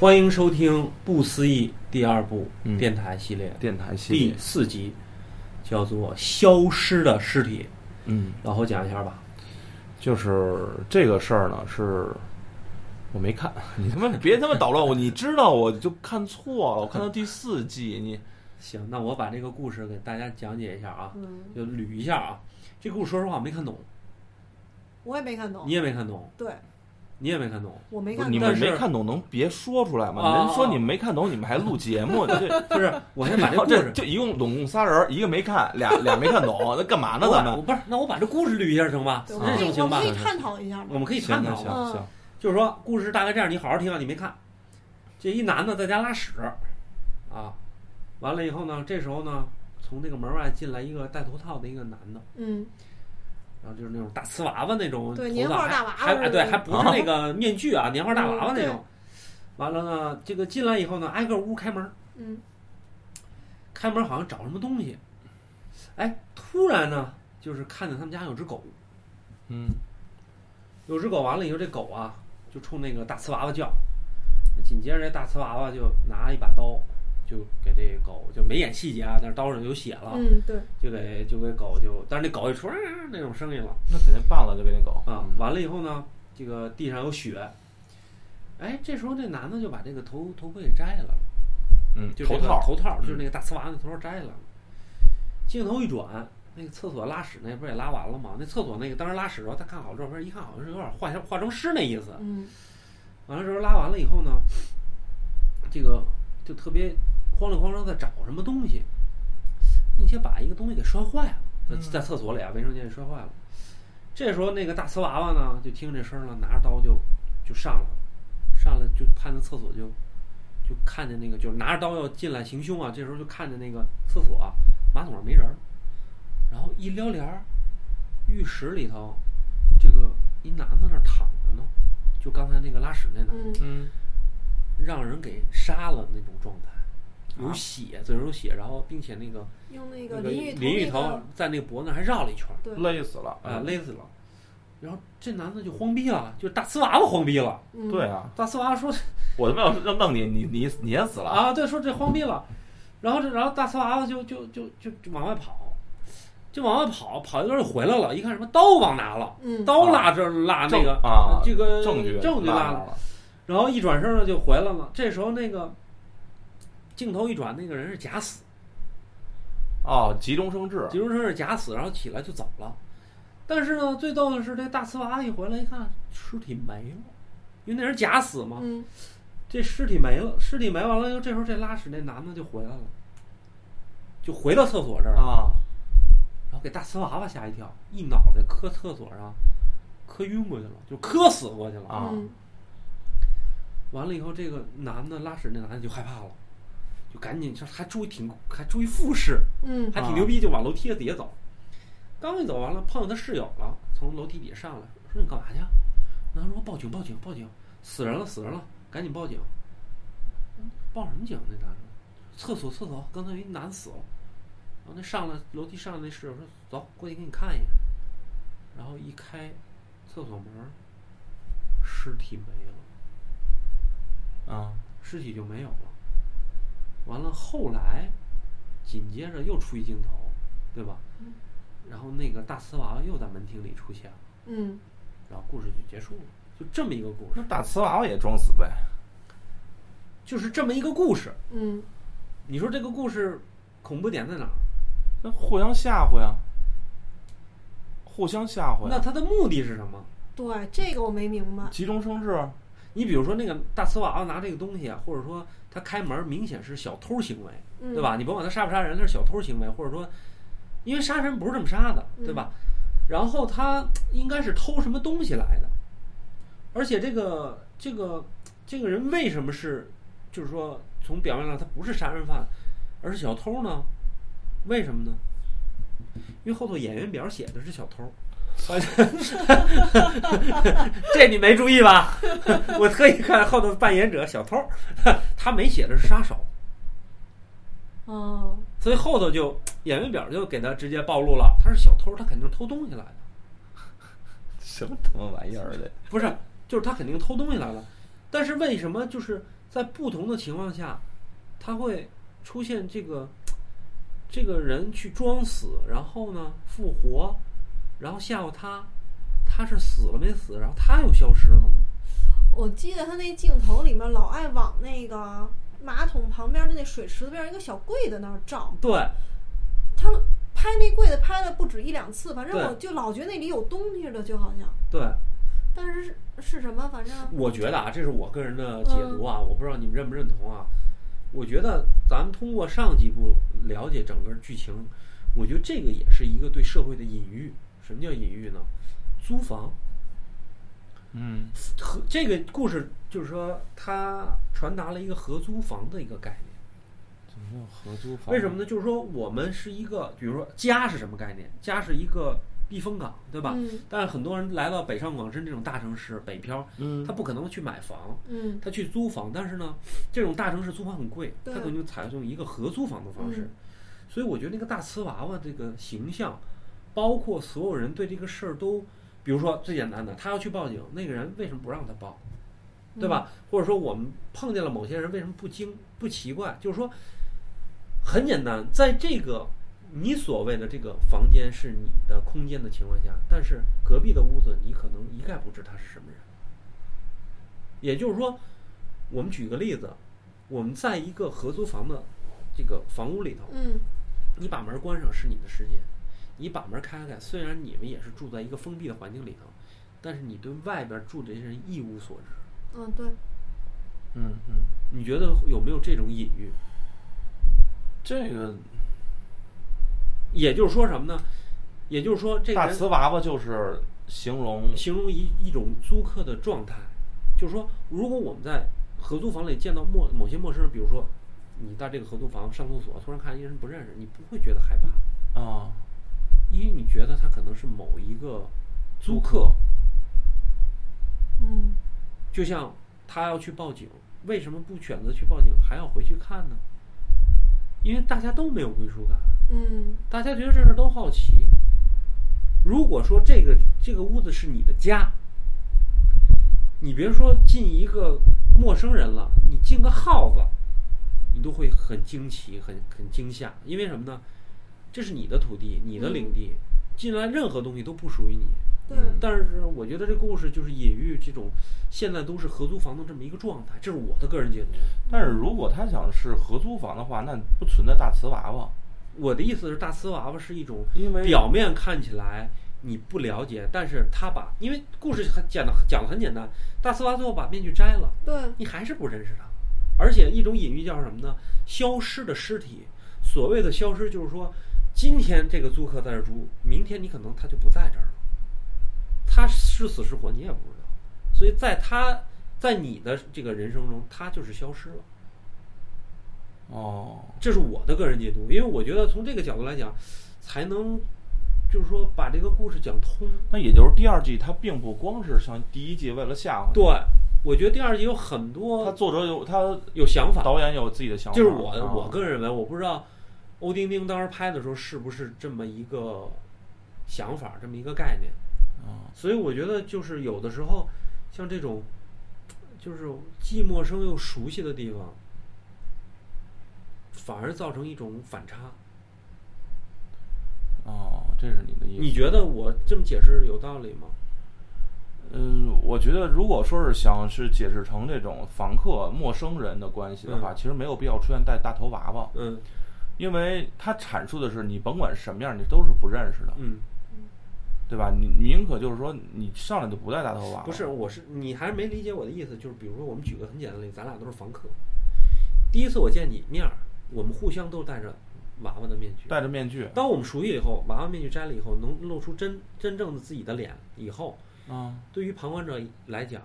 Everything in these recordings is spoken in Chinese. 欢迎收听《不思议》第二部嗯电台系列、电台系第列，四集，叫做《消失的尸体》。嗯，老侯讲一下吧。就是这个事儿呢，是我没看， 你他妈别他妈捣乱我，你知道我就看错了，我看到第四季，你行，那我把这个故事给大家讲解一下啊，嗯，就捋一下啊。这故事说实话我没看懂，我也没看懂你。也没看懂，对，你也没看懂，我没不看是懂。你们但是没看懂能别说出来啊吗？人说你们没看懂，你们还录节目，这不是？ 我先把这然后故 这事，这一共总共仨人，一个没看，俩俩没看懂，那干嘛呢？我咱把我们不是，那我把这故事捋一下成吧？对我那们可以行行我吧们可？以探讨一下我嘛。们可以行探行讨啊嘛。行嗯行，就是说故事大概这样，你好好听啊，你没看，这一男的在家拉屎，啊，完了以后呢，这时候呢，从这个门外进来一个戴头套的一个男的，嗯，然后就是那种大瓷娃娃那种头对套，年画大娃娃还还哎对，是吧还不是那个面具啊，年画大娃娃那 嗯种。完了呢，这个进来以后呢，挨个屋开门，嗯，开门好像找什么东西，哎，突然呢，就是看见他们家有只狗，嗯，有只狗，完了以后这狗啊，就冲那个大瓷娃娃叫，紧接着这大瓷娃娃就拿一把刀，就给这狗就没演细节啊，但是刀上有血了，嗯，对，就给就给狗就，但是那狗一出、啊、那种声音了那肯定办了就给那狗啊，嗯完了以后呢，这个地上有血，哎，这时候这男的就把这个头头盔给摘了，嗯，就头这个套，头套嗯就是那个大瓷娃娃那头套摘了，镜头一转。那个厕所拉屎那不是也拉完了吗？那厕所那个当时拉屎的时候，他看好照片，一看好像是有点化化妆师那意思，嗯，完了之后拉完了以后呢，这个就特别慌里慌张在找什么东西，并且把一个东西给摔坏了，在嗯在厕所里啊，卫生间里摔坏了。这时候那个大瓷娃娃呢，就听这声了，拿着刀就就上来了，上来就看着厕所就就看见那个就是拿着刀要进来行凶啊，这时候就看见那个厕所啊、马桶上没人儿，然后一撩帘儿，浴室里头这个一男的那儿躺着呢，就刚才那个拉屎那男的。嗯，嗯，让人给杀了那种状态，有啊血，嘴上有血，然后并且那个用那那个个淋浴淋浴头那头个，在那个脖子那还绕了一圈，对累死了，啊，勒死了。然后这男的就慌逼了，就是大瓷娃娃慌逼了。嗯，对，啊，大瓷娃娃说我他妈要是要弄你，你你你也死了，啊，对，说这慌逼了。然后这，然后大瓷娃娃就就就就就往外跑，就往外跑，跑一段就回来了，一看什么刀忘拿了，嗯，刀落这儿落那证个呃啊这个证据证据落落那儿了。然后一转身呢就回来了。这时候那个镜头一转，那个人是假死，哦，急中生智，急中生是假死，然后起来就走了。但是呢，最逗的是这大瓷娃娃一回来一看，尸体没了，因为那人假死嘛，嗯，这尸体没了，尸体没完了以后，这时候这拉屎那男的就回来了，就回到厕所这儿了，啊，然后给大瓷娃娃吓一跳，一脑袋磕厕所上，磕晕过去了，就磕死过去了啊嗯，完了以后，这个男的拉屎那男的就害怕了，就赶紧还注意挺还注意复试，嗯，还挺牛逼，就往楼梯底下走。刚一走完了，碰到他室友了，从楼梯底下上来，说你干嘛去啊？男的说报警，报警，报警，死人了，死人了，赶紧报警。嗯报什么警啊？那男的，厕所，厕所，刚才有一男死了。然后那上来楼梯上来那室友说走过去给你看一眼，然后一开厕所门儿，尸体没了。啊，尸体就没有了。完了，后来紧接着又出一镜头，对吧？嗯然后那个大瓷娃娃又在门厅里出现了，嗯，然后故事就结束了，就这么一个故那事，大瓷娃娃也装死呗，就是这么一个故事。嗯，你说这个故事恐怖点在哪儿？那互相吓唬呀，互相吓唬那呀，它的目的是什么？对，这个我没明白。急中生智 啊，你比如说那个大瓷娃娃拿这个东西啊，或者说他开门，明显是小偷行为，嗯对吧？你甭管他杀不杀人，那是小偷行为，或者说，因为杀人不是这么杀的，对吧？然后他应该是偷什么东西来的，而且这个这个这个人为什么是，就是说从表面上他不是杀人犯，而是小偷呢？为什么呢？因为后头演员表写的是小偷， 这你没注意吧？ 我特意看后头扮演者小偷， 他没写的是杀手。哦，所以后头就演员表就给他直接暴露了，他是小偷，他肯定是偷东西来的，什么他妈玩意儿的？不是，就是他肯定偷东西来了。但是为什么就是在不同的情况下，他会出现这个这个人去装死，然后呢复活，然后吓唬他，他是死了没死，然后他又消失了吗？我记得他那镜头里面老爱往那个马桶旁边的那水池子边儿一个小柜子那儿照，对，他们拍那柜子拍了不止一两次，反正对我就老觉得那里有东西了，就好像，对，但是是是什么，反正我觉得啊，这是我个人的解读啊，我不知道你们认不认同啊。我觉得咱们通过上几部了解整个剧情，我觉得这个也是一个对社会的隐喻。什么叫隐喻呢？租房嗯合这个故事就是说，它传达了一个合租房的一个概念。怎么叫合租房？为什么呢？？就是说我们是一个，比如说家是什么概念？家是一个避风港，对吧？嗯但是很多人来到北上广深这种大城市，北漂，嗯他，不可能去买房，嗯他去租房，但是呢，这种大城市租房很贵，他对可能就采用一个合租房的方式。嗯所以我觉得那个大瓷娃娃这个形象，包括所有人对这个事儿都，比如说最简单的，他要去报警，那个人为什么不让他报，对吧？嗯或者说我们碰见了某些人，为什么不惊不奇怪？就是说，很简单，在这个你所谓的这个房间是你的空间的情况下，但是隔壁的屋子你可能一概不知他是什么人。也就是说，我们举个例子，我们在一个合租房的这个房屋里头，嗯你把门关上是你的世界，你把门开开，虽然你们也是住在一个封闭的环境里头，但是你对外边住的这些人一无所知。嗯对，嗯嗯，你觉得有没有这种隐喻？这个也就是说什么呢？也就是说，这个大人瓷娃娃就是形容形容一一种租客的状态，就是说，如果我们在合租房里见到陌某些陌生人，比如说你在这个合租房上厕所，突然看见一个人不认识，你不会觉得害怕，啊，因为你觉得他可能是某一个租客，嗯就像他要去报警，为什么不选择去报警，还要回去看呢？因为大家都没有归属感，嗯大家觉得这事儿都好奇。如果说这个这个屋子是你的家，你别说进一个陌生人了，你进个耗子，你都会很惊奇、很很惊吓，因为什么呢？这是你的土地，你的领地，进来任何东西都不属于你。对嗯但是我觉得这故事就是隐喻这种现在都是合租房的这么一个状态，这是我的个人解读。但是如果他想是合租房的话，那不存在大瓷娃娃，我的意思是，大瓷娃娃是一种因为表面看起来你不了解，但是他把因为故事很讲的讲的很简单，大瓷娃最后把面具摘了，对你还是不认识他。而且一种隐喻叫什么呢？消失的尸体。所谓的消失，就是说，今天这个租客在这儿住，明天你可能他就不在这儿了。他是死是活你也不知道，所以在他在你的这个人生中，他就是消失了。哦，这是我的个人解读，因为我觉得从这个角度来讲，才能就是说把这个故事讲通。那也就是第二季它并不光是像第一季为了吓唬你，对，我觉得第二集有很他多作者有他有想法，导演有自己的想法，就是我、啊我个人认为，我不知道欧丁丁当时拍的时候是不是这么一个想法，这么一个概念。啊所以我觉得就是有的时候，像这种就是既陌生又熟悉的地方，反而造成一种反差。哦，这是你的意思。你觉得我这么解释有道理吗？嗯，我觉得如果说是想是解释成这种房客陌生人的关系的话，嗯其实没有必要出现戴大头娃娃，嗯因为他阐述的是你甭管什么样，你都是不认识的，嗯，对吧？你你宁可就是说你上来就不戴大头娃娃，不是，我是你还是没理解我的意思，就是比如说我们举个很简单的例子，咱俩都是房客，第一次我见你面儿，我们互相都戴着娃娃的面具。戴着面具，当我们熟悉以后，娃娃面具摘了以后，能露出真真正的自己的脸以后，啊，对于旁观者来讲，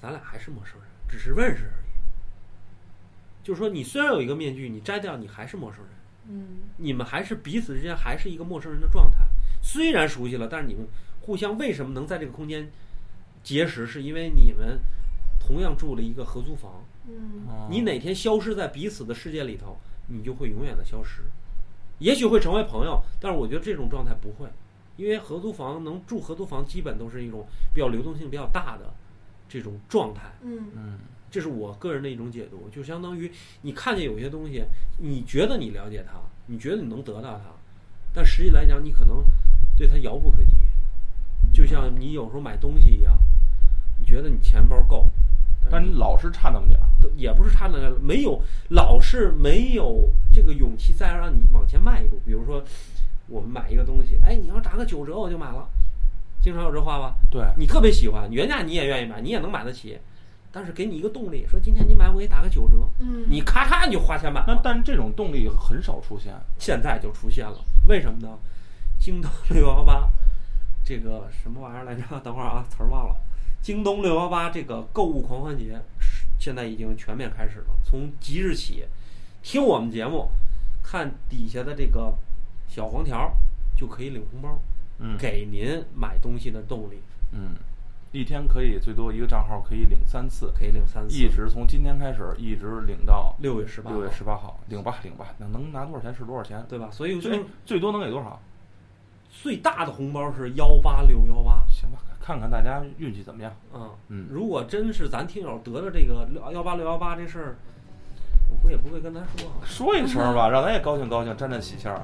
咱俩还是陌生人，只是认识而已。就是说，你虽然有一个面具，你摘掉，你还是陌生人，嗯你们还是彼此之间还是一个陌生人的状态。虽然熟悉了，但是你们互相为什么能在这个空间结识，是因为你们同样住了一个合租房。嗯哦你哪天消失在彼此的世界里头，你就会永远的消失。也许会成为朋友，但是我觉得这种状态不会，因为合租房能住合租房，基本都是一种比较流动性比较大的这种状态。嗯嗯，这是我个人的一种解读，就相当于你看见有些东西，你觉得你了解它，你觉得你能得到它，但实际来讲，你可能对它遥不可及。就像你有时候买东西一样，你觉得你钱包够，但是你老是差那么点儿。都也不是差的，没有老是没有这个勇气再让你往前迈一步。比如说，我们买一个东西，哎，你要打个九折我就买了，经常有这话吧？对，你特别喜欢，原价你也愿意买，你也能买得起，但是给你一个动力，说今天你买我给你打个九折，嗯，你咔嚓你就花钱买那 了。但是这种动力很少出现。现在就出现了，为什么呢？京东六幺八这个什么玩意儿来着？等会儿啊，词儿忘了。京东六幺八这个购物狂欢节是现在已经全面开始了，从即日起，听我们节目，看底下的这个小黄条儿就可以领红包，嗯给您买东西的动力，嗯，一天可以最多一个账号可以领三次，可以领三次，一直从今天开始一直领到六月十八，六月十，八号，领吧领吧，能能拿多少钱是多少钱。对吧？所以就是最最多能给多少？最大的红包是幺八六幺八，行吧，看看大家运气怎么样。啊，嗯如果真是咱听友得了这个六幺八六幺八这事儿，我估计也不会跟咱说啊。说一声吧，让咱也高兴高兴，沾沾喜气儿。